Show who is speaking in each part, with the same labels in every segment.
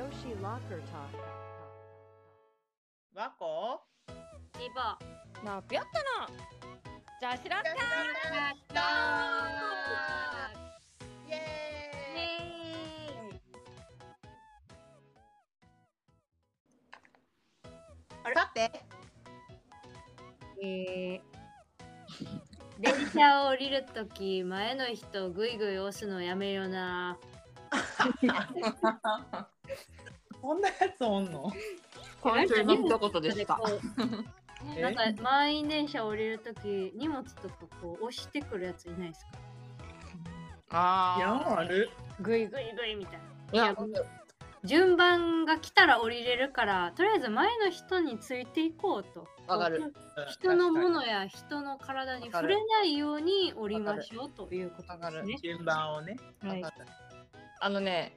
Speaker 1: Soccer Talk.
Speaker 2: 和子
Speaker 3: リボや
Speaker 4: なくやったなじゃあ知らんか
Speaker 3: った
Speaker 2: イ
Speaker 3: ー
Speaker 2: エーイ
Speaker 3: イエーイ
Speaker 2: さて
Speaker 3: えー、電車を降りるとき前の人ぐいぐい押すのやめよな
Speaker 2: こんなやつおんの
Speaker 5: 今週の一言でした。
Speaker 2: え
Speaker 3: なんか満員電車を降りるとき荷物とかこう押してくるやついないですか
Speaker 2: いや
Speaker 5: あ
Speaker 2: んある
Speaker 3: ぐいぐいぐいみたいな
Speaker 5: あ。いや、
Speaker 3: 順番が来たら降りれるからとりあえず前の人についていこうと
Speaker 5: わかる。
Speaker 3: 人のものや人の体に触れないように降りましょうということですね。
Speaker 2: 順番をね
Speaker 3: はい
Speaker 2: わか
Speaker 5: あのね、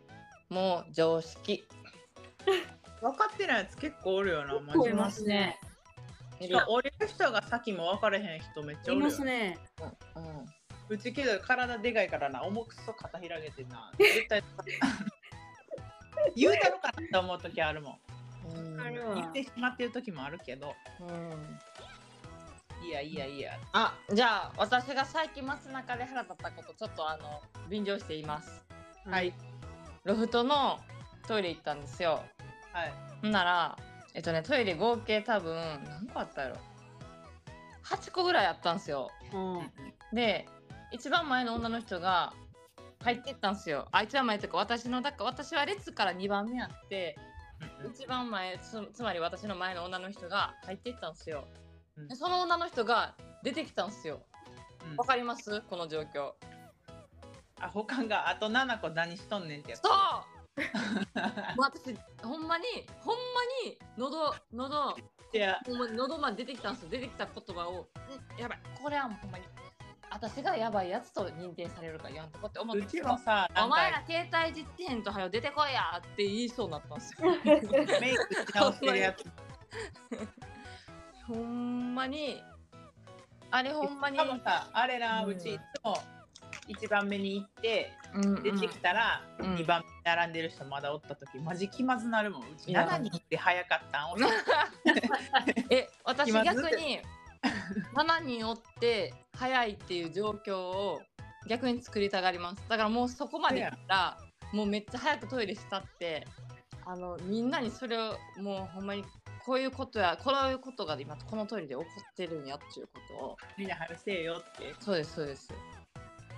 Speaker 5: もう常識。
Speaker 2: 分かってないやつ結構おるよなマ
Speaker 3: 構
Speaker 2: ジ
Speaker 3: い
Speaker 2: で
Speaker 3: ます
Speaker 5: ね。
Speaker 2: しかも降りる人が先も分かれへん人めっちゃ
Speaker 3: い
Speaker 2: おるよ
Speaker 3: ますね。
Speaker 5: うん。
Speaker 2: うちけど体でかいからな重くそ肩開げてな絶 対言うたろかなと思う時あるもん
Speaker 5: うん
Speaker 3: ある
Speaker 2: 言
Speaker 3: わ
Speaker 2: ってしまってる時もあるけど
Speaker 5: うん
Speaker 2: いやいやいや
Speaker 5: あ、じゃあ私が最近街中で腹立ったことちょっとあの便乗しています。
Speaker 2: はい
Speaker 5: ロフトのトイレ行ったんですよ。
Speaker 2: はい
Speaker 5: ほんなら、えっとね、トイレ合計多分何個あったやろ ?8 個ぐらいあったんですよ。
Speaker 3: うん
Speaker 5: で一番前の女の人が入っていったんですよあ一番前というか私のだから私は列から2番目やって一番前つつまり私の前の女の人が入っていったんですよ
Speaker 2: うん
Speaker 5: でその女の人が出てきたんですよ
Speaker 2: うん
Speaker 5: わかりますこの状況
Speaker 2: あ保管があと7個何しとんねんってやつ
Speaker 5: そうもう私ほんまにほんまに喉喉
Speaker 2: いや
Speaker 5: ほんまに喉まで出てきたんですよ出てきた言葉を「んやばいこれはもうほんまに私がやばいやつと認定されるからやんとこ」って思っ
Speaker 2: う
Speaker 5: て
Speaker 2: ちもさな
Speaker 5: お
Speaker 2: ん
Speaker 5: 前
Speaker 2: から
Speaker 5: 携帯実験とはよ出てこいやって言いそうになったんで すよ。
Speaker 2: メイクし直してるや つ
Speaker 5: ほんまにあれほんまに
Speaker 2: しかもさあれら
Speaker 5: うん
Speaker 2: うちいつも1番目に行って
Speaker 5: うんうん
Speaker 2: 出てきたら
Speaker 5: うん
Speaker 2: 2番目に並んでる人まだおった時マジ気まずなるもんうち
Speaker 5: いや
Speaker 2: 7人って早かったんおし
Speaker 5: え
Speaker 2: 気
Speaker 5: 私
Speaker 2: まずい
Speaker 5: 逆に7人おって早いっていう状況を逆に作りたがりますだからもうそこまでいったらもうめっちゃ早くトイレしたってあのみんなにそれをもうほんまにこういうことやこういうことが今このトイレで起こってるんやっていうことを
Speaker 2: みんな早くせえよって
Speaker 5: そうですそうです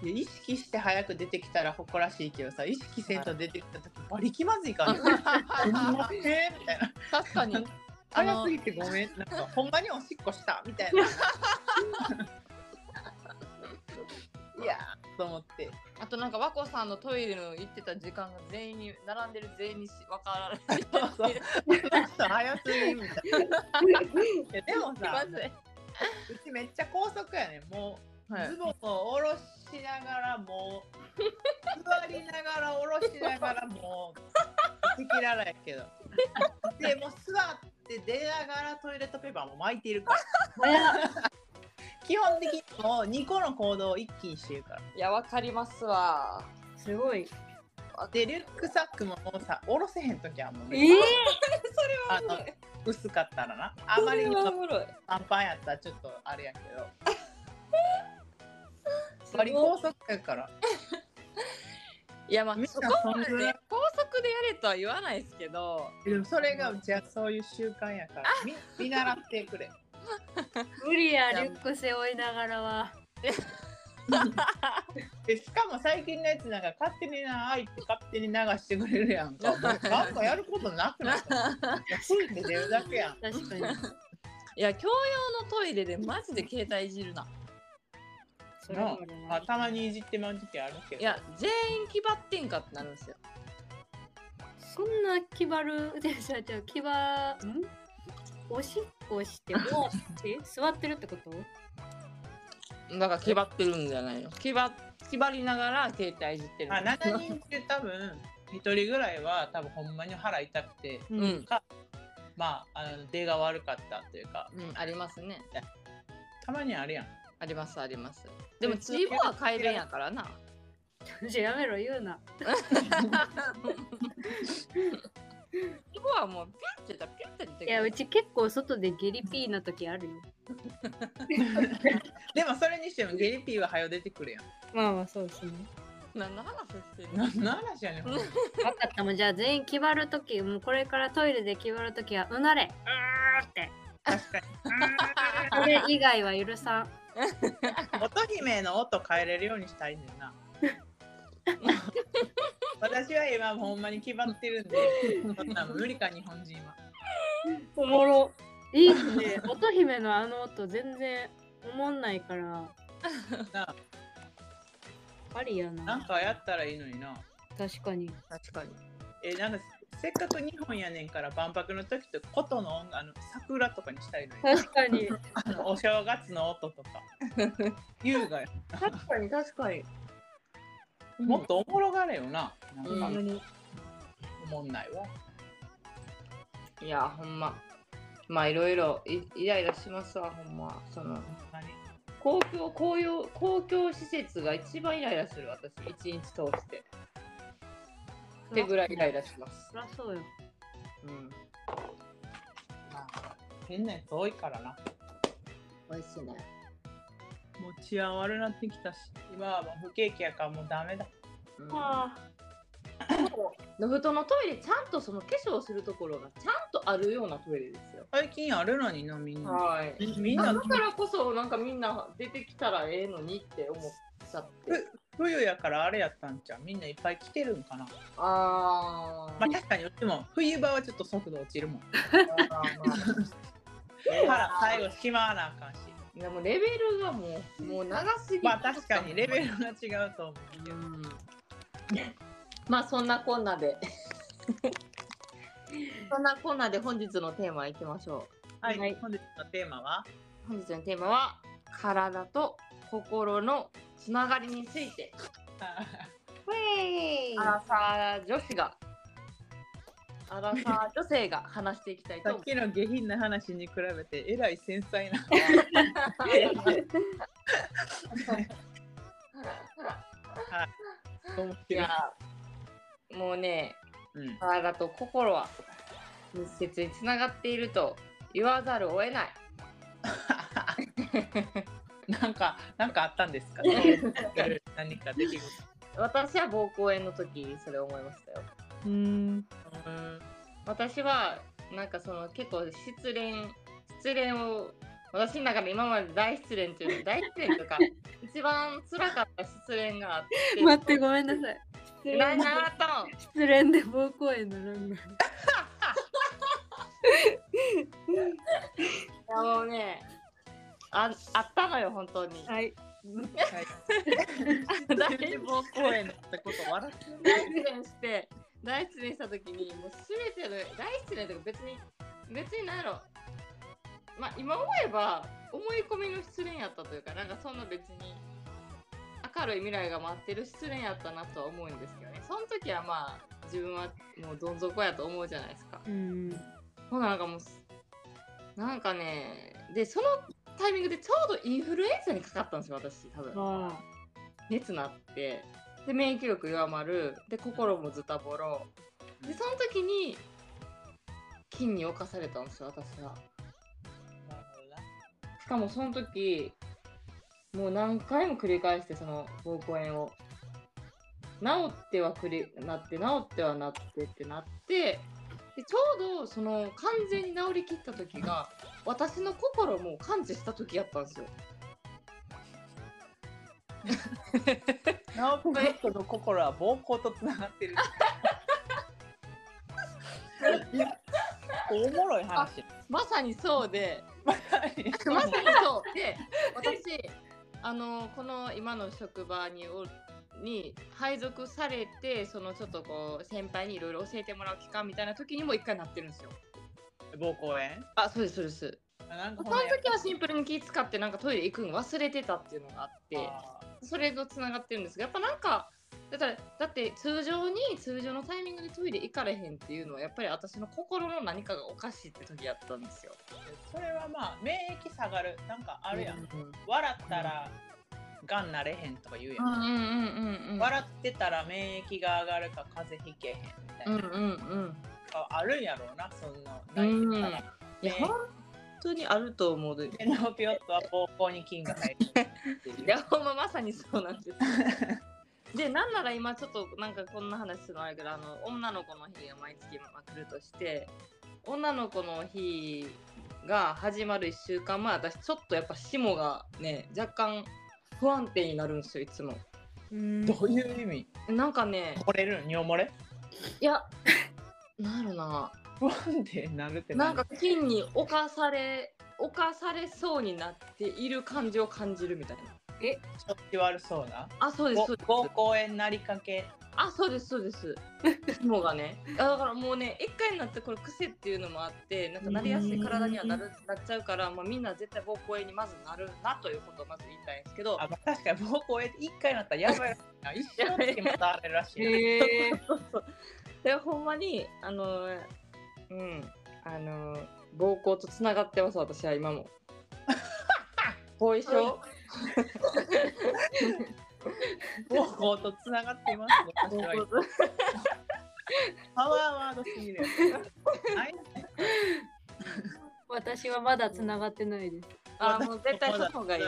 Speaker 2: いや意識して早く出てきたら誇らしいけどさ意識せんと出てきた時バリ気まずい からね ごめんなさいねみたいな
Speaker 5: 確かにあ
Speaker 2: 早
Speaker 5: の
Speaker 2: すぎてごめんなんかほんまにおしっこしたみたいないやーと思って
Speaker 5: あとなんか和子さんのトイレの行ってた時間が全員に並んでる全員にし分からな い
Speaker 2: そうそうちょっと早すぎみたいないやでもさ
Speaker 5: まずい、
Speaker 2: うちめっちゃ高速やねんもう、
Speaker 5: はい
Speaker 2: ズ、ボンを下ろしながらもう座りながら下ろしながらもう好きららやけどでもう座って出ながらトイレットペーパーも巻いているから基本的にもう2個の行動を一気にしてるから
Speaker 5: いや分かりますわ
Speaker 3: すごい。
Speaker 2: でリュックサックももうさ下ろせへん時はもう
Speaker 3: えー、
Speaker 2: あの薄かったらなあまりに
Speaker 5: それは
Speaker 2: も
Speaker 5: おもろい
Speaker 2: パンパンやったらちょっとあれやけどバリ高速やから
Speaker 5: いやまあ
Speaker 2: みんな
Speaker 5: そこま
Speaker 2: そんぐら
Speaker 5: で
Speaker 2: い
Speaker 5: 高速でやれとは言わないですけど
Speaker 2: でもそれがうちはそういう習慣やからみ見習ってくれ
Speaker 3: 無理やリュック背負いながらは。
Speaker 2: でしかも最近のやつなんか勝手にな入って勝手に流してくれるやん かもうなんかやることなくなったついて出るだけ やん
Speaker 3: 確かに。
Speaker 5: いや共用のトイレでマジで携帯いじるな
Speaker 3: それもある
Speaker 2: まあ
Speaker 3: な。
Speaker 2: たまにいじってまう時あるけど
Speaker 5: いや全員気張ってんかってなるんですよ
Speaker 3: そんな気張るでじゃあじゃあ気張ん？おしっこしてもって座ってるってこと？
Speaker 5: だから気張ってるんじゃないの気張気張りながら携帯いじってる
Speaker 2: まあ7人中多分1人ぐらいは多分ほんまに腹痛くて
Speaker 5: うん、うん
Speaker 2: まああの出が悪かったというか
Speaker 5: ありますね
Speaker 2: たまにあるやん
Speaker 5: ありますありますでもチーボは改便やからな
Speaker 3: じゃあやめろ言うな。や、うち結構外でゲリピーな時あるよ。
Speaker 2: でもそれにしてもゲリピーは早出てくるやん。
Speaker 3: まあまあ、そうですね。
Speaker 5: 何の話してんの
Speaker 2: 何の話やねん。ほんま
Speaker 3: 分かったもん、じゃあ全員決まる時、もうこれからトイレで決まる時は、うなれ。うーって。
Speaker 2: 確かに。
Speaker 3: それ以外は許さん。
Speaker 2: 乙姫の音変えれるようにしたいんだよ な。私は今ほんまに決まってるんで、そんなん無理か日本人は。
Speaker 3: おもろ。いいっすね。 乙姫のあの音全然おもんないから、
Speaker 2: なあ
Speaker 3: ありや
Speaker 2: なん
Speaker 3: な。
Speaker 2: かやったらいいのにな。
Speaker 3: 確かに。
Speaker 5: 確かに。
Speaker 2: えなんかせっかく日本やねんから万博の時と琴の音あの桜とかにしたい のにな
Speaker 3: 確か に。
Speaker 2: あのお正月の音とか優雅や
Speaker 5: 確かに確かに。
Speaker 2: もっとおもろがれよななんか、
Speaker 5: うん
Speaker 2: おもんないわ
Speaker 5: いやほんま。まあいろいろいイライラしますわほんま。その
Speaker 2: ほんまに
Speaker 5: 公共公用公共施設が一番イライラする私一日通して。ってぐらいイライラします
Speaker 3: そ。らそうよ。
Speaker 5: うん。
Speaker 2: まあ変なやつ多いからな
Speaker 5: 美味しいね。
Speaker 2: もう治安悪なってきたし今はもう不景気やからもうダメだ
Speaker 5: うん
Speaker 3: はあ。
Speaker 5: ロフトのトイレちゃんとその化粧するところがちゃんとあるようなトイレですよ。
Speaker 2: 最近あるのになみんな
Speaker 5: はい。
Speaker 2: みん
Speaker 5: だ
Speaker 2: な
Speaker 5: からこそなんかみんな出てきたらええのにって思っちゃって。
Speaker 2: 冬やからあれやったんちゃうみんないっぱい来てるんかな
Speaker 5: あー
Speaker 2: まあ確かにうちも冬場はちょっと速度落ちるもん
Speaker 5: まあまあま
Speaker 2: から最後しまわなあかんし
Speaker 5: あでもレベルがもうもう長すぎて
Speaker 2: まあ確かにレベルが違うと思うけ
Speaker 5: う
Speaker 2: ど
Speaker 5: んまあそんなこんなで そんなこんなで本日のテーマいきましょ
Speaker 2: はい、
Speaker 5: はい
Speaker 2: 本日のテーマは
Speaker 5: う本日のテーマは体と心のつながりについてアラサー女子がアラサー女性が話していきたいと
Speaker 2: さ
Speaker 5: 思
Speaker 2: っ
Speaker 5: い
Speaker 2: きの下品な話に比べてえらい繊細な面白
Speaker 5: い
Speaker 2: い
Speaker 5: やもうね
Speaker 2: うん
Speaker 5: 体と心は密接につながっていると言わざるを得ない
Speaker 2: なんかなんかあったんですか 何か出来事
Speaker 5: 私は膀胱炎の時それ思いましたよ
Speaker 3: うん。
Speaker 2: うん
Speaker 5: 私はなんかその結構失恋失恋を私の中で今まで大失恋という の大失恋というか一番辛かった失恋があって
Speaker 3: 待って、ごめんなさい。失
Speaker 5: 何
Speaker 3: 恋
Speaker 5: 々 あっ
Speaker 3: 失恋で膀胱炎のランナー。
Speaker 5: たんいやもうねああったのよ本当に
Speaker 3: はい。
Speaker 2: はい、
Speaker 5: 大
Speaker 2: 自分で膀胱炎だったこと笑ってる
Speaker 5: 大失恋して大失恋した時にもう全ての大失恋とか別に別に何やろまあ今思えば思い込みの失恋やったというかなんかそんな別に明るい未来が待ってる失恋やったなとは思うんですけどねその時はまあ自分はもうどん底やと思うじゃないですか
Speaker 3: うん。
Speaker 5: ほななんかもうすなんかねでそのタイミングでちょうどインフルエンザにかかったんですよ私多分
Speaker 3: あ
Speaker 5: 熱なってで免疫力弱まるで心もズタボロでその時に菌に侵されたんですよ私は
Speaker 2: なるほどな
Speaker 5: しかもその時もう何回も繰り返してその膀胱炎を治ってはくりなって治ってはなってってなってでちょうどその完全に治りきった時が私の心も完治した時やったんですよ
Speaker 2: ナオプロットの心は暴行とつながってる。おもろ い話。
Speaker 5: まさにそうでまさに そうで私あのこの今の職場におに配属されてそのちょっとこう先輩にいろいろ教えてもらう期間みたいな時にも一回なってるんですよ。
Speaker 2: 暴行炎。
Speaker 5: あそうですそうです。
Speaker 2: あなん
Speaker 5: そ
Speaker 2: か
Speaker 5: の
Speaker 2: ほんまや
Speaker 5: 時はシンプルに気使ってなんかトイレ行くん忘れてたっていうのがあって
Speaker 2: あ
Speaker 5: それとつながってるんですがやっぱなんかだからだって通常に通常のタイミングでトイレ行かれへんっていうのはやっぱり私の心の何かがおかしいって時やったんですよ。
Speaker 2: ーそれはまあ免疫下がるなんかあるやん。
Speaker 5: うんうん
Speaker 2: 笑ったらがんなれへんとか言うやん。
Speaker 5: うんうんうんうん。
Speaker 2: 笑ってたら免疫が上がるか風邪ひけへんみたいな。
Speaker 5: うんうんうん。
Speaker 2: あるんやろうなそのないから。
Speaker 5: いや、
Speaker 2: ね
Speaker 5: 本当にあると思うで。
Speaker 2: 手のぴょっとは膀胱に菌が入るっていう
Speaker 5: いや、ほんままさにそうなん です。で、なんなら今ちょっとなんかこんな話するのあれやけど、あの、女の子の日が毎月まあ来るとして、女の子の日が始まる1週間前、私ちょっとやっぱ霜がね、若干不安定になるんですよ、いつも。
Speaker 3: うん
Speaker 2: どういう意味
Speaker 5: なんかね、
Speaker 2: 漏れる尿漏れ
Speaker 5: いや、なんやろな。
Speaker 2: 不安定になるって
Speaker 5: なん
Speaker 2: 何
Speaker 5: か菌に侵され、侵されそうになっている感じを感じるみたいな。
Speaker 2: 調子悪そうな
Speaker 5: あ、そうです、
Speaker 2: ぼ
Speaker 5: そうです。
Speaker 2: 膀胱炎なりかけ
Speaker 5: あ、そうです、そうです。もうがね。あだからもうね、一回になってこれ癖っていうのもあって、なんかなりやすい体にはなるなっちゃうから、まあ、みんな絶対膀胱炎にまずなるなということをまず言いたいんですけど、
Speaker 2: あ、まあ、確かに膀胱炎って一回なったらやばいらしいな一生の時またあれらしいな
Speaker 3: へえ
Speaker 5: でほんまに、あのー、うん、あのー、膀胱とつながってます、私は今も。後遺症
Speaker 2: 膀胱とつながっています私は今
Speaker 5: 膀胱と
Speaker 2: パワーワードすぎるはい
Speaker 3: 私はまだ繋がってないです。
Speaker 5: あもう絶対そこがいい。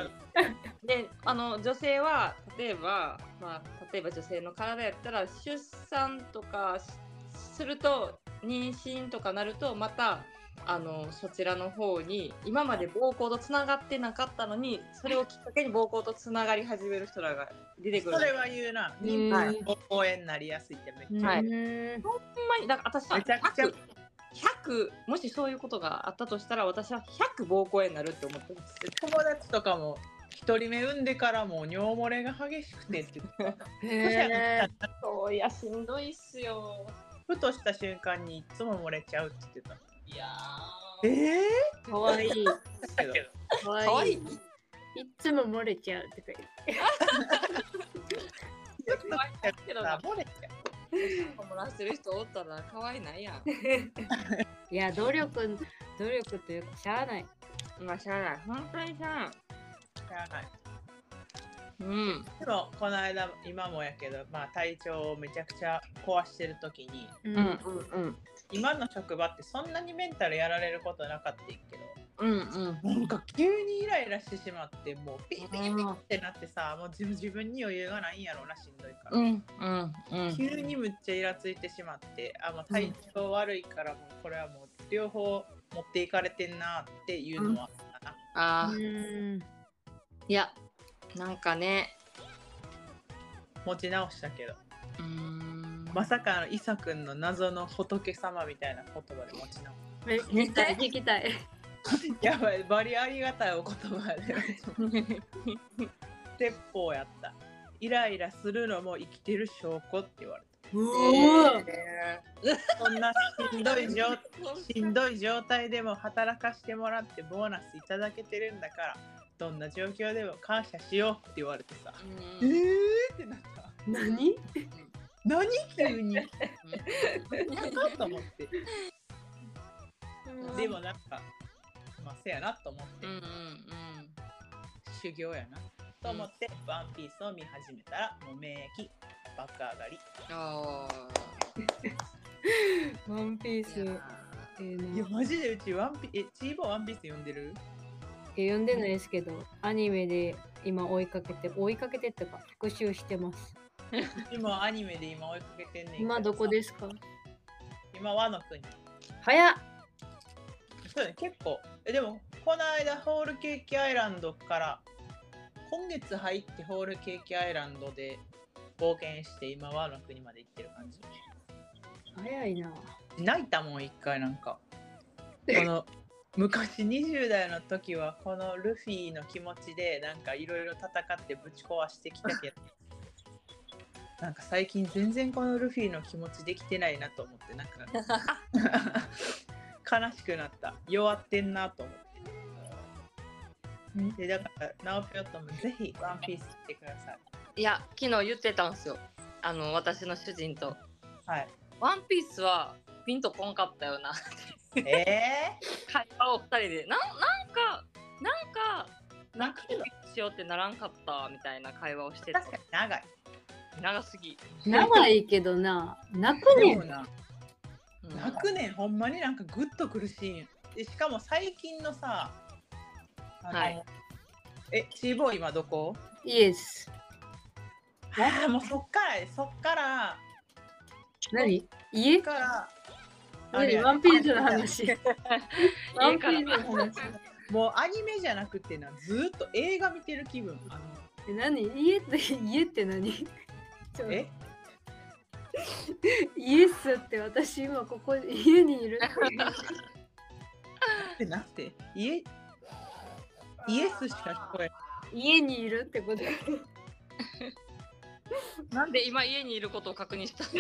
Speaker 5: であの女性は例えば、まあ、例えば女性の体やったら出産とかしすると妊娠とかなるとまたあのそちらの方に今まで膀胱とつながってなかったのにそれをきっかけに膀胱とつながり始める人らが出てく
Speaker 2: そ
Speaker 5: る。
Speaker 2: れは言うな妊婦が膀胱炎になりやすいってめっちゃ、
Speaker 5: はい
Speaker 3: うん
Speaker 5: ほんまにだから私は
Speaker 2: めちゃくちゃ
Speaker 5: 100 100もしそういうことがあったとしたら私は100膀胱炎になるって思ってます。
Speaker 2: 友達とかも一人目産んでからもう尿漏れが激しくてって言ってた
Speaker 3: へー
Speaker 5: そういやしんどいっすよ。
Speaker 2: ふとした瞬間にいつも漏れちゃうって言ってた
Speaker 5: いや
Speaker 2: ええ
Speaker 3: かわいい。
Speaker 2: だけど
Speaker 3: かわいい。
Speaker 5: 可愛
Speaker 3: いつも漏れちゃうって言って。
Speaker 5: けど
Speaker 2: さ漏れちゃう
Speaker 5: 漏らしてる人おったら可愛いないや
Speaker 3: いや、努力、努力というか、しゃあない。
Speaker 5: ん。まあしゃあない。本当にしゃあない。
Speaker 2: しゃあない
Speaker 5: うん。
Speaker 2: でもこの間今もやけど、まあ、体調をめちゃくちゃ壊してる時に
Speaker 3: う
Speaker 5: うんうん。うん
Speaker 2: 今の職場ってそんなにメンタルやられることなかったんやけど
Speaker 5: うんうん。
Speaker 2: なんか急にイライラしてしまってもうピリピリピリってなってさもう自分自分に余裕がないんやろうなしんどいから、
Speaker 5: うんうんうん。
Speaker 2: 急にむっちゃイラついてしまってあもう体調悪いからもうこれはもう両方持っていかれてんなっていうのはあったな、
Speaker 5: ああ
Speaker 3: うん。
Speaker 5: いやなんかね。
Speaker 2: 持ち直したけど
Speaker 5: うーん。
Speaker 2: まさかあのイサくんの謎の仏様みたいな言葉で持ち直し
Speaker 3: え、聞きたい、聞きたい。
Speaker 2: たやばいバリありがたいお言葉で 鉄砲やったイライラするのも生きてる証拠って言われ
Speaker 3: う
Speaker 2: たそんなしんどい状しんどい状態でも働かしてもらってボーナスいただけてるんだからどんな状況でも感謝しようって言われてさ
Speaker 5: うんうん
Speaker 2: ーってなった。
Speaker 3: 何
Speaker 2: 何急に。なんかと思って。 でもなんか、まあ、せやなと思って、
Speaker 5: うんうん
Speaker 2: 修行やなと思って、ワンピースを見始めたら、もう免疫爆上がり。
Speaker 5: あ
Speaker 3: ワンピー
Speaker 5: ー
Speaker 3: ス。
Speaker 5: いや
Speaker 3: え
Speaker 2: いや、
Speaker 3: ーな
Speaker 2: マジでうちワンピ、え、チーボーワンピース読んで る
Speaker 3: え読んでないですけど、アニメで今追いかけて、追いかけてっていうか、復習してます。
Speaker 2: 今アニメで今追いかけてんねんけさ
Speaker 3: 今どこですか
Speaker 2: 今和の国。
Speaker 3: 早っ
Speaker 2: そうだね、 結構。え、でも、この間ホールケーキアイランドから、今月入ってホールケーキアイランドで冒険して今和の国まで行ってる感じ。
Speaker 3: 早いな。
Speaker 2: 泣いたもん一回なんかこの昔20代の時はこのルフィの気持ちでなんかいろいろ戦ってぶち壊してきたけどなんか最近全然このルフィの気持ちできてないなと思ってなんか悲しくなった弱ってんなと思ってでだからナオピョットもぜひワンピース見てください
Speaker 5: いや昨日言ってたんですよ。あの私の主人と。
Speaker 2: はい
Speaker 5: ワンピースはピンとこんかったよな
Speaker 2: え
Speaker 5: 会話を二人でなんなんかなんかなんかしようってならんかったみたいな会話をして
Speaker 2: ー、
Speaker 5: た
Speaker 2: 確かに長い
Speaker 5: 長すぎ
Speaker 3: 長いけどな、泣くね
Speaker 2: で
Speaker 3: ん
Speaker 2: も。な
Speaker 5: うん
Speaker 2: 泣くねんほんまになんかグッとくるシーンでしかも最近のさあの、
Speaker 5: はい
Speaker 2: えチーボーイ今どこ
Speaker 3: イエス。
Speaker 2: あーもうそっからそっから
Speaker 3: 何家
Speaker 2: そっからあれやね
Speaker 3: 何ワンピース の話。ワンピー
Speaker 4: 家
Speaker 3: スの話。
Speaker 2: もうアニメじゃなくてなずーっと映画見てる気分あの
Speaker 3: え何家って、家って何ちょ
Speaker 2: え
Speaker 3: イエスって私今ここ家にいる。
Speaker 2: ってなってイエイエスしか聞こえ
Speaker 3: 家にいるってこと。
Speaker 5: なんで今家にいることを確認した。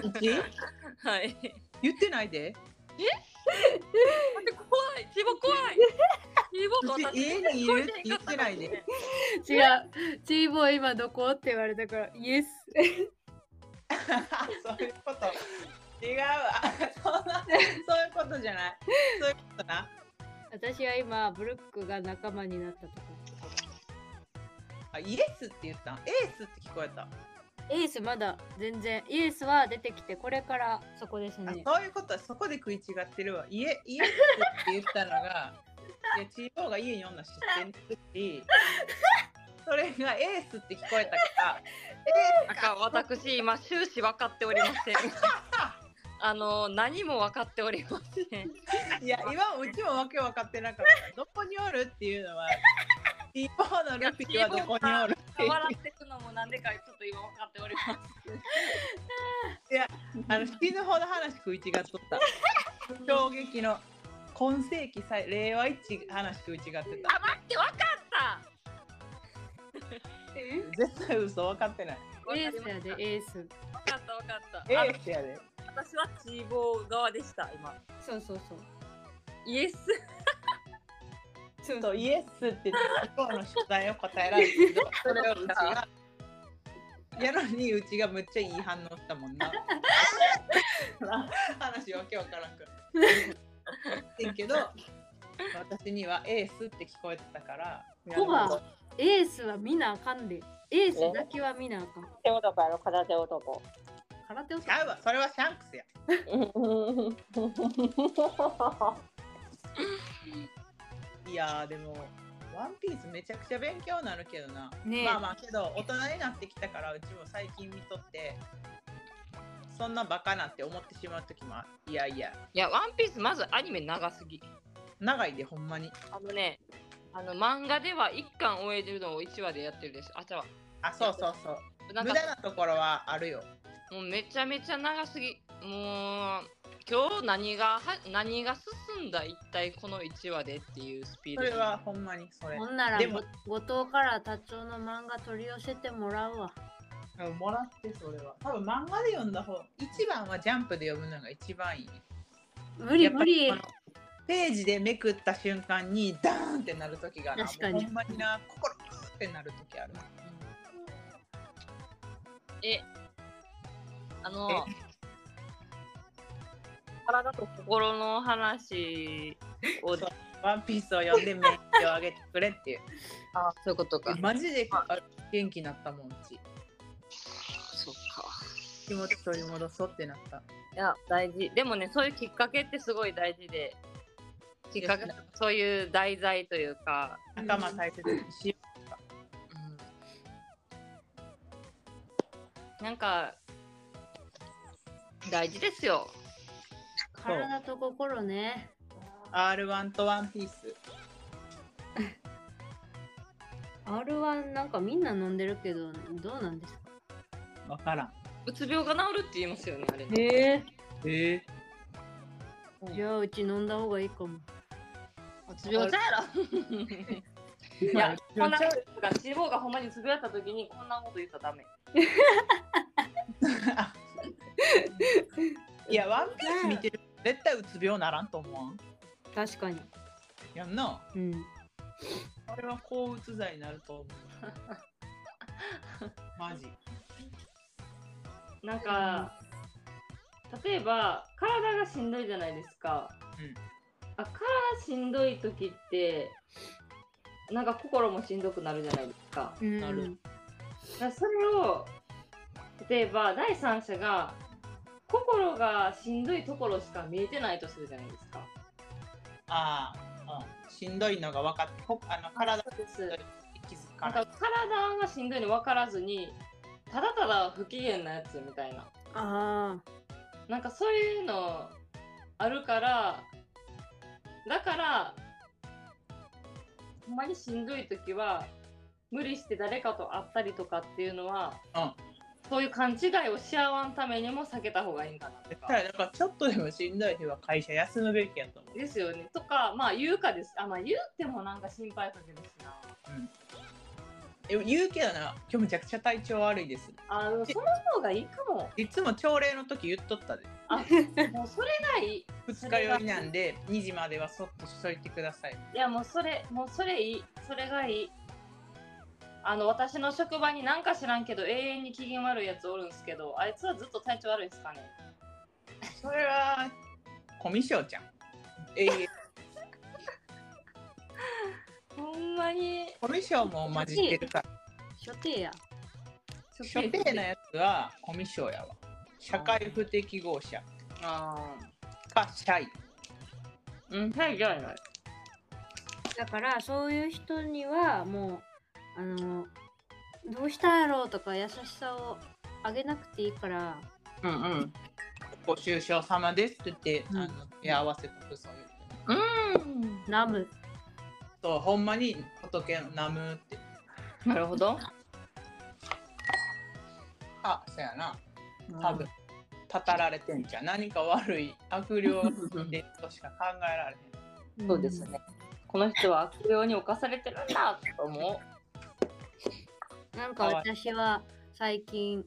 Speaker 2: ない
Speaker 5: はい。
Speaker 2: 言ってない で
Speaker 5: 待って怖い。希望怖 い。希望
Speaker 2: うち
Speaker 5: 私
Speaker 2: 家にいるって言ってないで
Speaker 3: 違う。チーボー今どこって言われたから、イエス。
Speaker 2: そういうこと違う わそんなそういうことじゃないそういうことな
Speaker 3: 私は今、ブルックが仲間になったとこ
Speaker 2: あイエスって言ったんエースって聞こえた
Speaker 3: イエスまだ全然、イエスは出てきて、これからそこです
Speaker 2: あ
Speaker 3: ね。
Speaker 2: そういうことそこで食い違ってるわ家家って言ったの がいやちいぼうが家に女知ってるしそれがエースって聞こえたから
Speaker 5: なんか私今終始分かっておりま せん。あの何も分かっておりま せん。
Speaker 2: いや今うちもわけ分かってなかったどこにおるっていうのはちいぼうのルフィはどこにおるっていう
Speaker 5: 笑ってくのもなんでかちょっと今分かっておりま
Speaker 2: あの死ぬほど話食い違っとった 衝撃の今世紀最令和一話食い違ってた
Speaker 5: せん。分かった。
Speaker 2: 絶対嘘分かってない
Speaker 3: エースやで、エース。
Speaker 5: 分かった分かった。
Speaker 2: エ
Speaker 5: あの
Speaker 2: ースやで
Speaker 5: 私はチーボー側でした今。
Speaker 3: そうそうそう。
Speaker 5: イエス。
Speaker 3: そう
Speaker 2: とイエスって今日の宿題を答えられるけ どそれをうちがやのにうちがむっちゃいい反応したもん な話わけわからんく てんけど私にはエースって聞こえてたから
Speaker 3: コバエースは見なあかんで。エースだけは見なあかん。
Speaker 4: 手男やろ空手男
Speaker 3: 空手を
Speaker 2: ちゃうわそれはシャンクスやいやーでもワンピースめちゃくちゃ勉強になるけどな
Speaker 3: ねえ、
Speaker 2: まあまあけど大人になってきたからうちも最近見とってそんなバカなって思ってしまう時もあいやいや
Speaker 5: いやワンピースまずアニメ長すぎ。
Speaker 2: 長いでほんまに
Speaker 5: あのね、あの漫画では一巻終えてるのを一話でやってるです。あ、じゃ
Speaker 2: あそうそうそう
Speaker 5: なん
Speaker 2: 無
Speaker 5: か
Speaker 2: 駄なところはあるよ
Speaker 5: もうめちゃめちゃ長すぎ。もう今日何がは何が進んだ一体この一話でっていうスピー
Speaker 2: そ
Speaker 5: ドで。
Speaker 2: れはほんまにそれ
Speaker 3: ほんなら
Speaker 2: でも
Speaker 3: ご後藤から達長の漫画取り寄せてもらうわ。
Speaker 2: うんもらってそれは多分漫画で読んだ方一番はジャンプで読むのが一番いい
Speaker 3: 無理
Speaker 2: やっぱ
Speaker 3: 無
Speaker 2: り
Speaker 3: 理。
Speaker 2: このページでめくった瞬間にダーンってなる時がな
Speaker 3: 確かに
Speaker 2: もうほんまにな心クーってなる時ある
Speaker 5: あの体と心の話を
Speaker 2: そうワンピースを読んで免疫を上げてくれっていう
Speaker 5: あ そういうことか。
Speaker 2: マジであ元気になったもんうち
Speaker 5: そっか。
Speaker 2: 気持ち取り戻そうってなった
Speaker 5: いや大事でもねそういうきっかけってすごい大事できっかけそういう題材というか、
Speaker 2: 仲間大切にしよ
Speaker 5: うん、なんか大事ですよ
Speaker 3: 体と心ね。
Speaker 2: う R1 とワンピース
Speaker 3: R1 なんかみんな飲んでるけど、どうなんですか
Speaker 2: わからん
Speaker 5: うつ病が治るって言いますよねあれね
Speaker 3: え
Speaker 2: ええ
Speaker 3: ー、じゃあうち飲んだ方がいいかも。
Speaker 5: うつ病だやろ いやこんなことが脂肪がほんまにつぶやった時にこんなこと言ったらダメ
Speaker 2: いやワンピース見てる絶対うつ病ならんと思わん
Speaker 3: 確かに。
Speaker 2: やんな
Speaker 3: うん。
Speaker 2: あれは抗うつ剤になると 思うマジ
Speaker 5: なんか例えば体がしんどいじゃないですか、
Speaker 2: うん
Speaker 5: あ体しんどい時ってなんか心もしんどくなるじゃないですか
Speaker 3: うん、
Speaker 2: なる
Speaker 5: だからそれを例えば第三者が心がしんどいところしか見えてないとするじゃないですか
Speaker 2: ああ、うん、しんどいのが分かってこあの体
Speaker 5: そうです
Speaker 2: が気づ
Speaker 5: な
Speaker 2: か
Speaker 5: ん
Speaker 2: ない
Speaker 5: か体がしんどいの分からずにただただ不機嫌なやつみたいな
Speaker 3: ああ
Speaker 5: なんかそういうのあるからだからほんまにしんどい時は無理して誰かと会ったりとかっていうのは、
Speaker 2: うん
Speaker 5: そういう勘違いをし合わんためにも避けた方がいいんかなと
Speaker 2: 絶
Speaker 5: か。
Speaker 2: 対だからちょっとでもしんどい日は会社休むべきやと思う
Speaker 5: ですよね。とか、まあ言うかです。あ、まあ言うてもなんか心配かけるしな。
Speaker 2: でも言うけどな今日めちゃくちゃ体調悪いです
Speaker 5: あの、その方がいいかも。
Speaker 2: いつも朝礼の時言っとったで
Speaker 5: もうそれない。
Speaker 2: 二日酔いなんで2時まではそっとしといてください
Speaker 5: いやもうそれもうそれいいそれがいいあの私の職場になんか知らんけど永遠に機嫌悪いやつおるんすけどあいつはずっと体調悪いんすかね
Speaker 2: それはコミショちゃんええ
Speaker 5: ほんまに
Speaker 2: コミショも混じってるから
Speaker 3: 所定や
Speaker 2: 初定なやつはコミショやわ社会不適合者
Speaker 5: あ
Speaker 2: かシャイ
Speaker 5: ーうんはいじゃない
Speaker 3: だからそういう人にはもうあのどうしたんやろうとか優しさをあげなくていいから
Speaker 5: うんうんうん
Speaker 2: ご愁傷様ですって言って、
Speaker 3: うん
Speaker 2: あの手合わせとくそういう
Speaker 3: ナム
Speaker 2: そうほんまに仏のナムって
Speaker 5: なるほど
Speaker 2: あそうやな多分たたられてんじゃん何か悪い悪霊でとしか考えられへ
Speaker 5: そうですねこの人は悪用に侵されてるんだと思
Speaker 3: なんか私は最近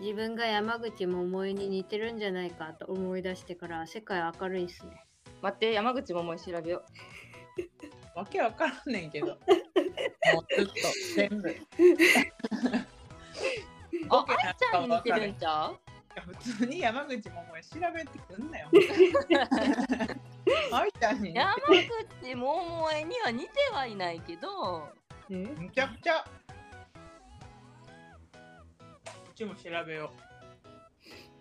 Speaker 3: 自分が山口百恵に似てるんじゃないかと思い出してから世界明るいですね。
Speaker 5: う待って山口百恵調べよ
Speaker 2: んわけわからんねんけどもうずっと全部
Speaker 5: うあ
Speaker 2: 僕
Speaker 5: あいちゃんに似てるんちゃう
Speaker 2: 普通に山口百恵調べてくん なよあいちゃんに
Speaker 5: 山口百恵には似てはいないけど
Speaker 2: むちゃくちゃこっちも調べよう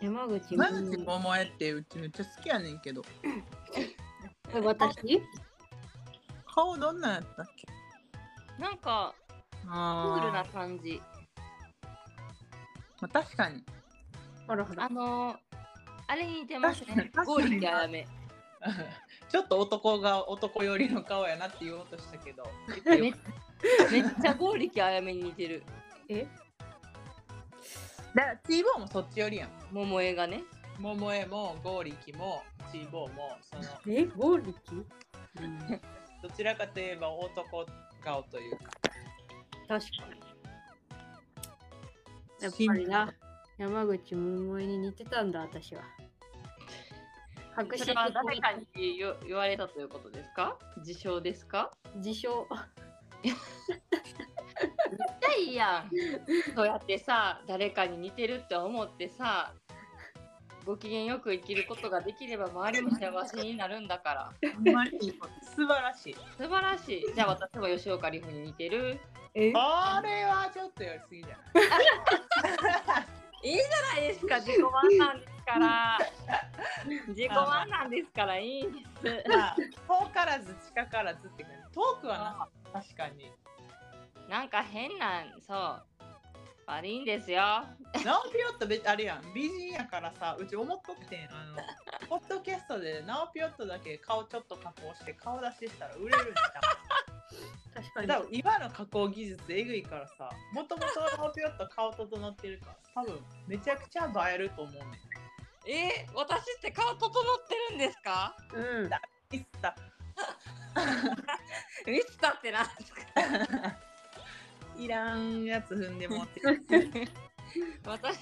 Speaker 3: 山口
Speaker 2: 山
Speaker 3: 百
Speaker 2: 口
Speaker 3: 恵。
Speaker 2: 百恵ってうちめっちゃ好きやねんけど
Speaker 3: え私
Speaker 2: 顔どんなんやったっけ
Speaker 5: なんかクールな
Speaker 2: あ
Speaker 5: 感
Speaker 2: ー
Speaker 5: じ
Speaker 2: まあ確かに
Speaker 3: ほらほら
Speaker 5: あ。のー、あれに似てますね
Speaker 2: 確かに
Speaker 5: ゴーリキあやめ
Speaker 2: ちょっと男が男寄りの顔やなって言おうとしたけ ど
Speaker 5: めめっちゃゴーリキあやめに似てる
Speaker 3: え
Speaker 2: だ T ボーもそっち寄りやん
Speaker 5: 桃江がね
Speaker 2: 桃江も剛力も T ボーも その
Speaker 3: えゴーリキ、
Speaker 2: どちらかといえば男顔というか
Speaker 3: 確かに。やっぱりな。山口百恵に似てたんだ私は。白
Speaker 5: そ
Speaker 3: 紙
Speaker 5: れは誰か
Speaker 3: 的
Speaker 5: に言言われたということですか自称ですか
Speaker 3: 自称。
Speaker 5: いやいやんそうやってさ誰かに似てるって思ってさご機嫌よく生きることができれば周りも幸せになるんだから
Speaker 2: ほんまに素晴らしい
Speaker 5: 素晴らしいじゃあ私も吉岡里帆に似てる
Speaker 3: え
Speaker 2: あれはちょっとやりすぎじゃない
Speaker 5: ないですか自己満なんですから 自己満なんですからいいんです
Speaker 2: まあ遠からず近からずって感じ遠くはな確かに
Speaker 5: なんか変なんそう悪いんですよ
Speaker 2: ナオピオット別あれやん美人やからさうち思っとってんあの ポッドキャストでナオピオットだけ顔ちょっと加工して顔出ししたら売れるんだ
Speaker 3: 確かに。
Speaker 2: 多分今の加工技術えぐいからさもともとナオピオット顔整ってるから多分めちゃくちゃ映えると思うねん
Speaker 5: え私って顔整ってるんですか
Speaker 3: うん。
Speaker 2: いつだ
Speaker 5: ミスタってなんですか
Speaker 2: いらんやつ踏んでもら って
Speaker 5: 私っ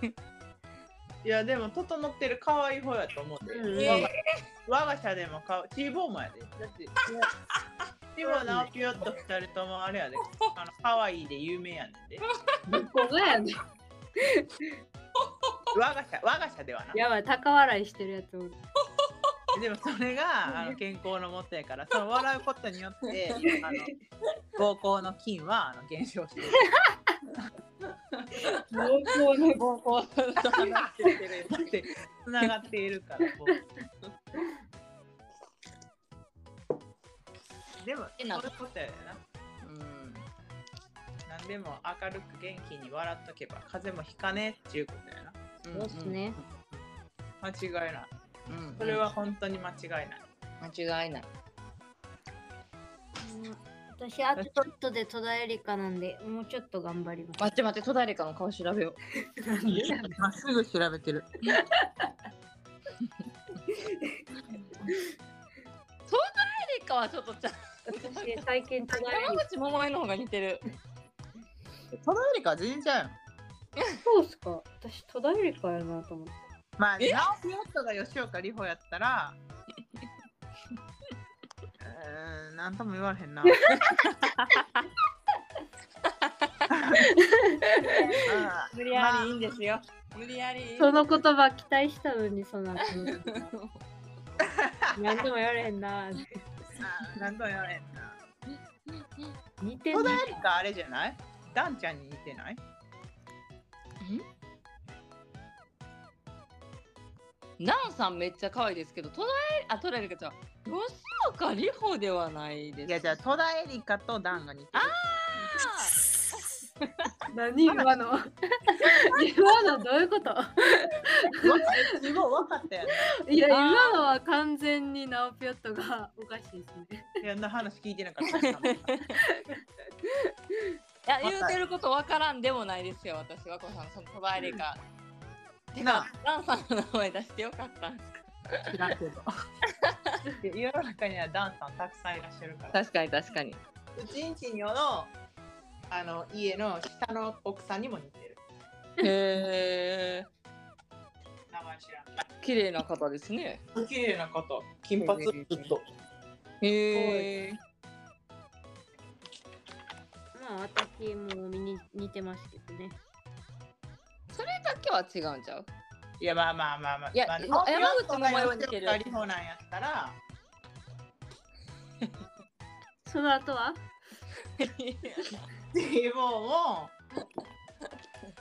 Speaker 5: て
Speaker 2: いやでも整ってる可愛い方やと思うで、
Speaker 3: うん
Speaker 2: 我が我が社でもかチーボーもやでだってチーボーナオピヨッと二人ともあれやであの可愛いで有名やねんで
Speaker 3: どこがやねん。
Speaker 2: 我が社我が社ではな
Speaker 3: やばい、高笑いしてるやつおる。
Speaker 2: でもそれがあの健康のもとやからその笑うことによ ってあの膀胱の菌はあの減少してる
Speaker 5: 膀胱の膀胱の話してる
Speaker 2: だってつながっているから膀胱でもそういうことやよ
Speaker 5: うん
Speaker 2: な何でも明るく元気に笑っとけば風邪もひかねえっていうことやな
Speaker 5: う
Speaker 3: そうで
Speaker 5: ん
Speaker 3: すね。
Speaker 2: 間違いない
Speaker 5: うんうん
Speaker 2: それは本当に間違いない
Speaker 5: 間違いない
Speaker 3: うん私あとちょっとで戸田恵梨香なんで、もうちょっと頑張りま
Speaker 5: 待って待って戸田恵梨香の顔調べよう
Speaker 2: まっすぐ調べてる
Speaker 5: 戸田恵梨香はちょっとちゃ
Speaker 3: す。私最近戸田恵梨
Speaker 5: 山口百恵の方が似てる
Speaker 2: そのよりか全然ちゃうよ
Speaker 3: 香。そうっすか。私戸田恵梨香やなと思って。
Speaker 2: まあ、
Speaker 5: え
Speaker 2: 直木やったが吉岡里帆やった ら、うーん、なんとも言われへ んな。あ
Speaker 5: 無理
Speaker 2: やり
Speaker 5: いいんですよ無理やり
Speaker 3: その言葉期待したのに、その後の。何でもやれへんな。
Speaker 2: あなんとも言われへんな。
Speaker 3: 似て
Speaker 2: 戸田
Speaker 3: な
Speaker 2: 恵
Speaker 3: い。
Speaker 2: 梨香あれじゃないダンちゃんに似てない
Speaker 5: ナンさんめっちゃ可愛いですけど、戸田恵あ、戸田恵梨香ちゃん。吉岡里帆ではないです。
Speaker 2: いや、じゃあ戸田恵梨香とダンが似てる。
Speaker 3: 何今の。 今のどういうこと。
Speaker 2: すごい分かったよね。
Speaker 3: いや、
Speaker 5: あー
Speaker 3: 今のは完全にナオピョットがおかしいですね。
Speaker 2: いや、な話聞いてな かった。
Speaker 5: あいや、言うてることわからんでもないですよ、私はこさん、その戸田恵梨香。て
Speaker 2: な
Speaker 5: か、ナンさんの名前出してよかったんですか。
Speaker 2: 知らんけど。いや世の中にはダンさんたくさんいらっしゃるから。
Speaker 5: 確かに、確かに。
Speaker 2: うちんちにょのあの家の下の奥さんにも似てる。
Speaker 5: へえ、
Speaker 2: 名前知ら
Speaker 5: 綺麗な方ですね。
Speaker 2: ん。綺麗な方、金髪ずっと。
Speaker 5: へえ。
Speaker 3: まあ、私も身に似てますけどね。
Speaker 5: それだけは違うんちゃう。
Speaker 2: いやまあまあまあまあ。
Speaker 5: いや
Speaker 2: まあ、
Speaker 5: 今山口百恵は似て
Speaker 2: 吉
Speaker 5: る
Speaker 2: 岡里帆なんやったら、
Speaker 3: その後は。
Speaker 2: リボも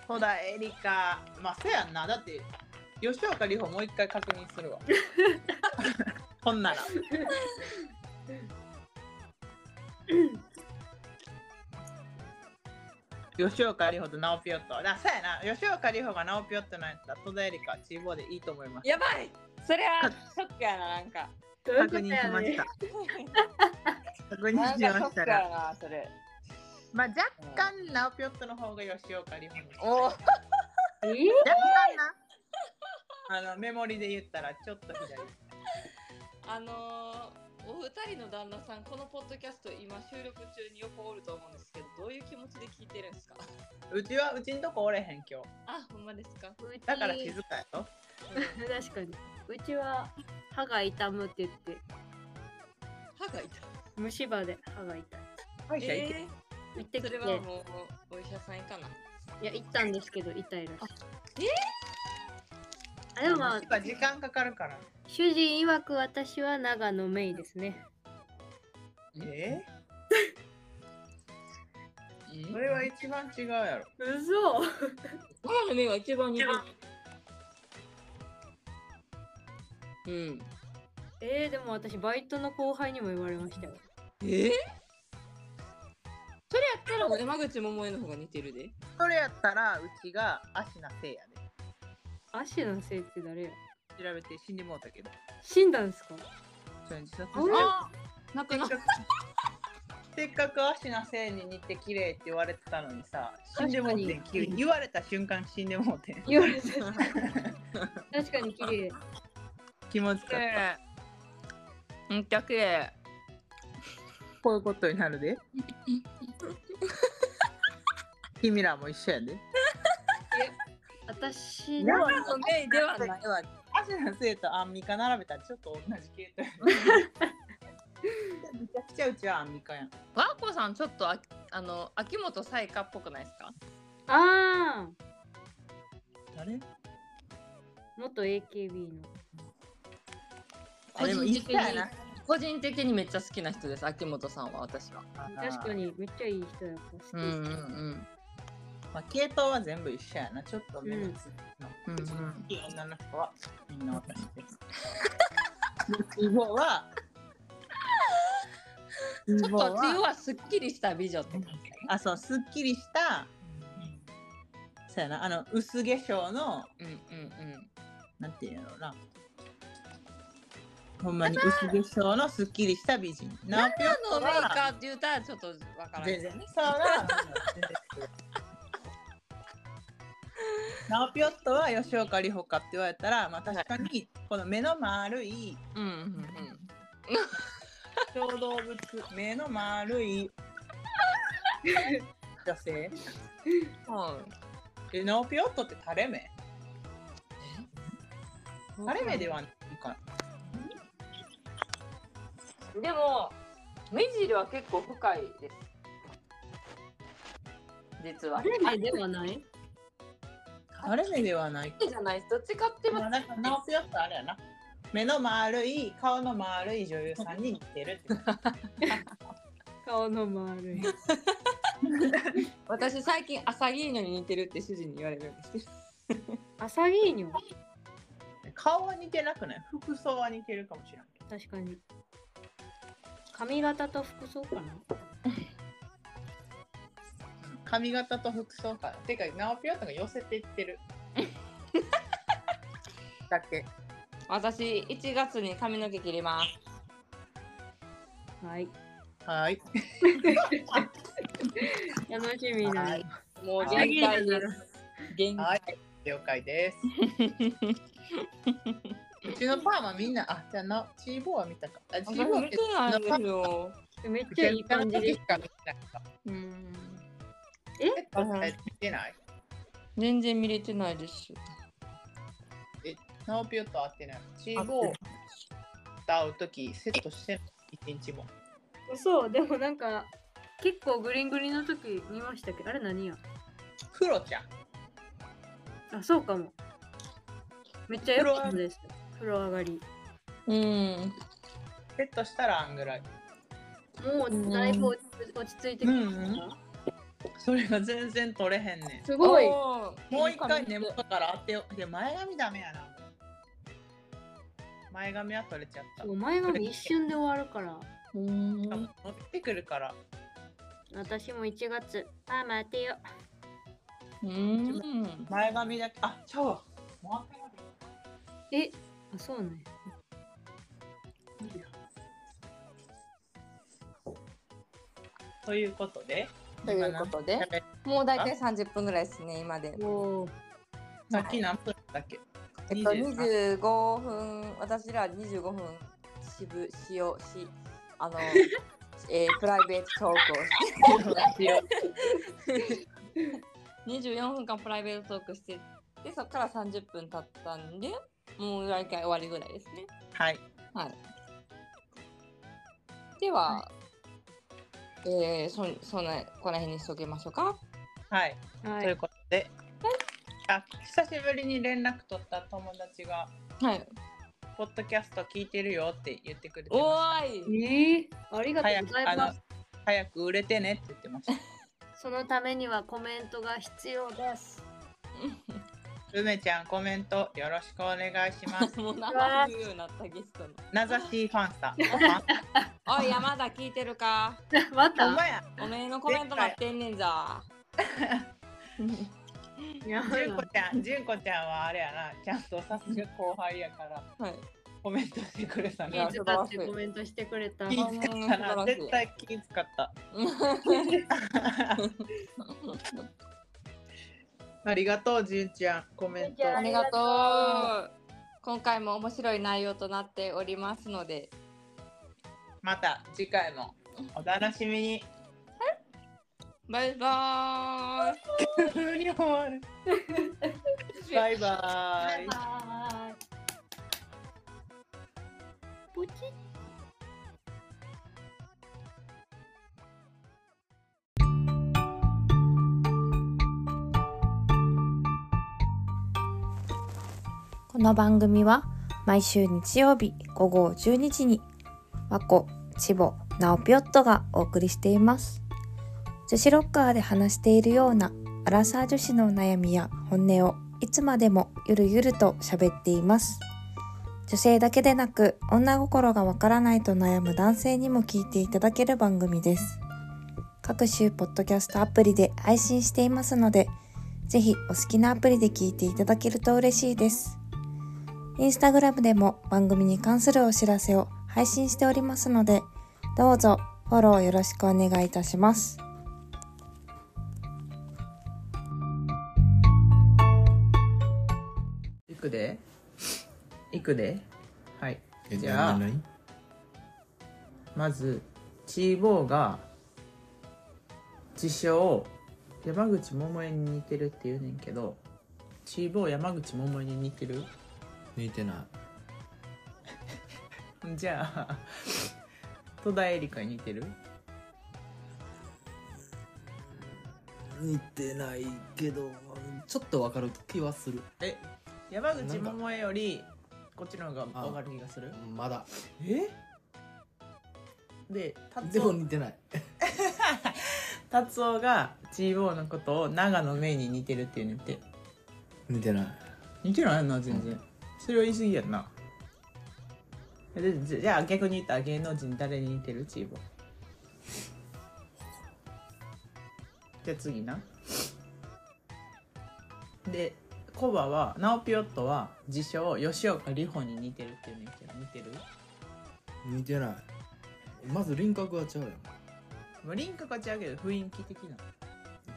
Speaker 2: 戸田恵梨香、まあせやんな。だって吉岡里帆もう一回確認 するわ。ほんなら。吉岡里帆とナオピヨット。だそうやな。吉岡里帆がナオピヨットなんやったら戸田恵梨香、チーボーでいいと思います。
Speaker 5: やばい。それはショックやな、なんか。
Speaker 3: どういうこ
Speaker 2: 確
Speaker 3: と
Speaker 2: 認し
Speaker 3: や
Speaker 2: まし
Speaker 3: ね
Speaker 2: た。確認
Speaker 5: なんか
Speaker 2: し
Speaker 5: ショ
Speaker 2: ま
Speaker 5: ッ
Speaker 2: し
Speaker 5: ク
Speaker 2: た
Speaker 5: や
Speaker 2: ら。
Speaker 5: な、それ。
Speaker 2: まあ若干ナオピヨットの方が吉岡里帆に近い。
Speaker 5: おお。
Speaker 3: え
Speaker 2: 若干な。あのメモリで言ったらちょっと左。
Speaker 5: あのーお二人の旦那さん、このポッドキャスト、今収録中に横おると思うんですけど、どういう気持ちで聞いてるんですか。
Speaker 2: うちはうちんとこおれへん今日。
Speaker 5: あ、ほんまですか。
Speaker 3: うち
Speaker 2: だから静かやろ。
Speaker 3: 確かに。うちは歯が痛むって言って、
Speaker 5: 歯が痛い。
Speaker 3: 虫歯で歯が痛い。
Speaker 2: 歯医者行け。
Speaker 5: え
Speaker 3: 行って
Speaker 5: ー、
Speaker 3: き
Speaker 5: そ
Speaker 3: て
Speaker 5: れ、はもう、お医者さん行かな。
Speaker 3: いや、行ったんですけど、痛いらしい。あ
Speaker 2: で
Speaker 3: で
Speaker 2: も
Speaker 3: もまあ、
Speaker 2: 時間かかるから。
Speaker 3: 主人曰く私は長野メイですね。
Speaker 2: えそれは一番違うやろ。
Speaker 3: 嘘
Speaker 5: 歯の目が一番似てる。うん。
Speaker 3: えー、でも私、バイトの後輩にも言われましたよ。
Speaker 5: えーそれやったら山口百恵の方が似てるで。
Speaker 2: それやったらうちが足なせいやで。
Speaker 3: アシのせいって誰や
Speaker 2: 調べて死んでもうたけど。
Speaker 3: 死んだんすか
Speaker 2: それ自殺
Speaker 3: あ
Speaker 2: し
Speaker 5: なくな
Speaker 2: た。せっかく足なせいに似て綺麗って言われてたのにさ、死んでもうてん
Speaker 3: 確かに
Speaker 2: 急に言われた瞬間死んでもうてん。
Speaker 3: 言われてた。確かに綺麗。
Speaker 2: 気持ちかった。
Speaker 5: 麗。めっちゃ綺麗。
Speaker 2: こういうことになる で。君らも一緒やで。
Speaker 3: 私
Speaker 2: な
Speaker 3: の
Speaker 5: 歯の目ではないわ。
Speaker 2: アシナ生とアンミカ並べたらちょっと同じ系統やねめちゃくちゃうちはアンミカやん。
Speaker 5: 和子さんちょっとああの秋元才加っぽくないですか？
Speaker 3: ああ
Speaker 2: 誰
Speaker 3: 元 AKB の
Speaker 5: 個人的あでも一緒やにな個人的にめっちゃ好きな人です秋元さんは私は
Speaker 3: 確かにめっちゃいい人やから好き
Speaker 5: うんうんうん
Speaker 2: まあ、系統は全部一緒やな。ちょっと目がつ
Speaker 5: うんうんうん
Speaker 2: いい女の子はみんな私です。希望は、ちょ
Speaker 5: ちょっと梅雨はすっきりした美女って感じ
Speaker 2: あ、そう、すっきりした、そうやな、あの、薄化粧の、
Speaker 5: うんうんうん
Speaker 2: なんていうんやろうな。ほんまに薄化粧のすっきりした美人。なおぴょんこ
Speaker 5: のメーカ
Speaker 2: は
Speaker 5: ーって言ったらちょっとわからない
Speaker 2: 全然ね、そうな。なおぴょっとは吉岡里帆かって言われたら、まあ確かにこの目の丸い
Speaker 5: うんうんうん
Speaker 2: 小動物目の丸い女性
Speaker 5: うん
Speaker 2: えナオピオットって垂れ目
Speaker 5: うん
Speaker 2: 垂れ目ではないか
Speaker 5: でも目尻は結構深いです実は
Speaker 3: 彼女ではない
Speaker 2: 垂れ目ではない
Speaker 5: じゃないですどっちかって
Speaker 2: で
Speaker 5: 言
Speaker 2: も
Speaker 5: えば
Speaker 2: なんかナオピオットあれやな目の丸い顔の丸い女優さんに似てるってこと
Speaker 3: 顔の丸い。
Speaker 5: 私最近アサギーニョに似てるって主人に言われるんですけど
Speaker 3: アサギーニョ
Speaker 2: 顔は似てなくない服装は似てるかもしれない
Speaker 3: 確かに。髪型と服装かな
Speaker 2: 髪型と服装かてかナオピオットが寄せていってるだけ
Speaker 5: 私1月に髪の毛切ります
Speaker 3: はい。
Speaker 2: はい
Speaker 3: 楽しみな。
Speaker 2: はい
Speaker 5: もう
Speaker 2: ア
Speaker 5: 限
Speaker 2: サギー
Speaker 5: 界です限界
Speaker 2: はい、了解です。うちのパーマみんな、あ、じゃあな、チーボーは見たか。あ、チ
Speaker 5: 私
Speaker 2: ーボー
Speaker 5: 見
Speaker 2: って
Speaker 5: てないんですよ
Speaker 3: めっちゃいい感じで
Speaker 2: しか見てないか。
Speaker 5: うん
Speaker 2: え、見てない。
Speaker 5: 全然見れてないです
Speaker 2: ナオピオと会ってない。チーボーと会うとき、セットしてない、一日も。
Speaker 3: す。そう、でもなんか、結構グリングリの時見ましたけど、あれ何や
Speaker 2: クロちゃん。
Speaker 3: あ、そうかも。めっちゃ良かったです。風呂上がり。
Speaker 5: うん
Speaker 2: セットしたらあんぐらい。
Speaker 3: もうだいぶ落ち落ち着いてきました。
Speaker 2: うんそれが全然取れへんね
Speaker 3: すごい。
Speaker 5: おー
Speaker 2: ん。もう一回根元から当てよう。で、前髪ダメやな。前髪は取れちゃった。
Speaker 3: そう前髪一瞬で終わるから。
Speaker 5: うん
Speaker 2: 伸びてくるから。
Speaker 3: 私も1月。あ、待てよ。
Speaker 5: うん
Speaker 2: 前髪だけあちゃうわもう
Speaker 3: え、あ、そうね。
Speaker 2: 一回だけということで
Speaker 5: ということで
Speaker 2: 今何
Speaker 5: もう大体30分ぐらいですね今で
Speaker 3: おー
Speaker 2: さっき何分だっけ
Speaker 5: えっと、
Speaker 2: 20
Speaker 5: 25分、私ら25分、しぶ、しよう、し、あ の、えープライベートトークをし24分間プライベートトークして、で、そこから30分経ったんで、もう大体終わりぐらいですね。
Speaker 2: はい
Speaker 5: はい。では、えー、そん、そんな、この辺にしときましょうか。
Speaker 2: はい、
Speaker 3: は
Speaker 2: という
Speaker 3: い。
Speaker 2: ことであ久しぶりに連絡取った友達が
Speaker 5: はい。
Speaker 2: 「ポッドキャスト聞いてるよ」って言ってくれて
Speaker 5: お
Speaker 2: ま
Speaker 5: ーい
Speaker 3: えー、あり
Speaker 2: した
Speaker 3: がと
Speaker 2: 早
Speaker 3: うご
Speaker 2: く
Speaker 3: ざ
Speaker 2: あ
Speaker 3: いま
Speaker 2: の
Speaker 3: す。
Speaker 2: 早く売れてねって言ってました
Speaker 3: そのためにはコメントが必要です。
Speaker 2: 梅ちゃんコメントよろしくお願いし ます
Speaker 5: もう名前言うようになったゲストの。
Speaker 2: 名指しファンさん
Speaker 5: おい、山田聞いてるか
Speaker 3: ま
Speaker 2: お
Speaker 3: た
Speaker 2: 前や
Speaker 5: おめえのコメント待ってんねんざ。
Speaker 3: やばい
Speaker 2: 純子ちゃん、純子ちゃんはあれやな、ちゃんとさすが後輩やから、
Speaker 5: はい。
Speaker 2: コメントしてくれた
Speaker 5: いや
Speaker 2: な。
Speaker 3: 気遣ってコメントしてくれた。
Speaker 2: 気
Speaker 5: い
Speaker 2: 使ったな、絶対気使った。 ありがとう、純ちゃん、コメント。
Speaker 5: ありがとう。今回も面白い内容となっておりますので、
Speaker 2: また次回もお楽しみに。
Speaker 5: バイバ
Speaker 2: 急に終わる。
Speaker 5: ーイ。
Speaker 2: バイバーイ。
Speaker 3: バイ。ポチッ
Speaker 1: この番組は毎週日曜日午後10時に和子、千穂、ナオピョットがお送りしています女子ロッカーで話しているようなアラサー女子の悩みや本音をいつまでもゆるゆると喋っています女性だけでなく女心がわからないと悩む男性にも聞いていただける番組です各種ポッドキャストアプリで配信していますのでぜひお好きなアプリで聞いていただけると嬉しいですインスタグラムでも番組に関するお知らせを配信しておりますのでどうぞフォローよろしくお願いいたします
Speaker 2: いくでいくではい
Speaker 6: え
Speaker 2: じゃあ
Speaker 6: 何々
Speaker 2: まずチーボーが自称山口百恵に似てるって言うねんけどチーボー山口百恵に似てる
Speaker 6: 抜いてな
Speaker 2: じゃあ 戸田恵梨香に似てる
Speaker 6: い抜いてないけどちょっとわかる気はする
Speaker 2: え山口百恵よりこっちの方が分かる気がする
Speaker 6: まだ
Speaker 2: えで
Speaker 6: で
Speaker 2: 達
Speaker 6: も
Speaker 2: 夫
Speaker 6: 似てない
Speaker 2: 達夫がチーボーのことを長野芽郁に似てるって言うねんって
Speaker 6: 似てない
Speaker 2: 似てないな全然、それは言い過ぎやんなでじゃじゃあ逆に言ったら芸能人誰に似てるチーボじゃあ次なでコバはナオピオットは自称吉岡里帆に似てるって言うねんけど似てる
Speaker 6: 似てないまず輪郭が違うよ
Speaker 2: もう輪郭は違うけど雰囲気的な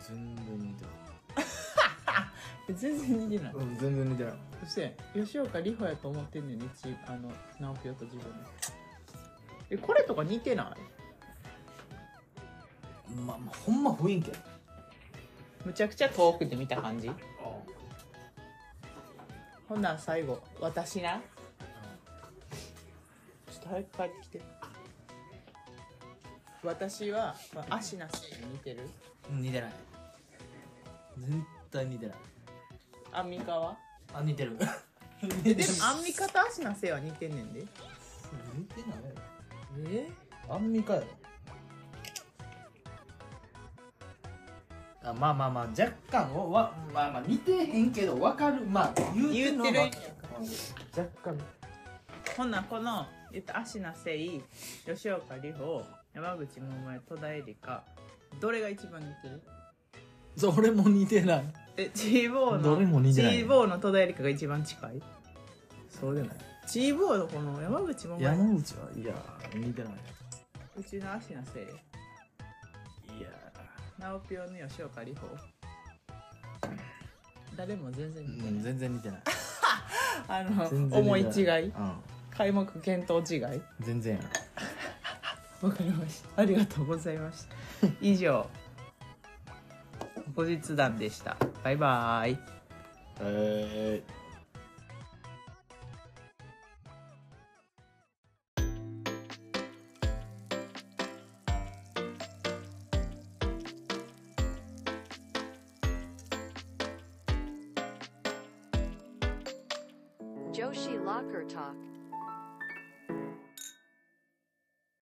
Speaker 6: 全然似てない
Speaker 2: 全然似てない
Speaker 6: うん全然似てない
Speaker 2: そして吉岡里帆やと思ってんねんねチーあのナオピオと自分のえこれとか似てない
Speaker 6: ままほんま雰囲気や
Speaker 2: むちゃくちゃ遠くで見た感じほんなら最後私なちょっと早く帰ってきて私は、まあ、アシナスに似てる
Speaker 6: 似てない絶対似てない
Speaker 2: アンミカ は
Speaker 6: あ似 てる
Speaker 2: えでもアンミカとアシナスは似てんねんで
Speaker 6: 似てないよ
Speaker 2: え
Speaker 6: アンミカやろあまあまあまあ若干おわまあまあ似てへんけどわかるまあ言
Speaker 2: 言
Speaker 6: う
Speaker 2: う
Speaker 6: て
Speaker 2: てる
Speaker 6: るのは若干
Speaker 2: ほんならこの、えっと、アシナセイ吉岡里帆山口百恵戸田恵梨香どれが一番似てる
Speaker 6: それも似てない
Speaker 2: えチーボーの
Speaker 6: どれも似
Speaker 2: チ
Speaker 6: てない
Speaker 2: ーボーの戸田恵梨香が一番近い
Speaker 6: そうでもない
Speaker 2: チーボーのこの山口百恵
Speaker 6: 山口はいや似てないう
Speaker 2: ちの足のせい
Speaker 6: いや
Speaker 2: ナオピオの吉岡里帆誰も全然
Speaker 6: う
Speaker 2: 似てない、
Speaker 6: ん全然似てない
Speaker 2: あの
Speaker 6: 全然
Speaker 2: 思い
Speaker 6: 似
Speaker 2: 違
Speaker 6: てないうん
Speaker 2: 開幕検討違いわ
Speaker 6: 全然やな
Speaker 2: かりましたありがとうございました以上後日談でしたバイバーイ
Speaker 6: えー
Speaker 7: 女子ロッカー Talk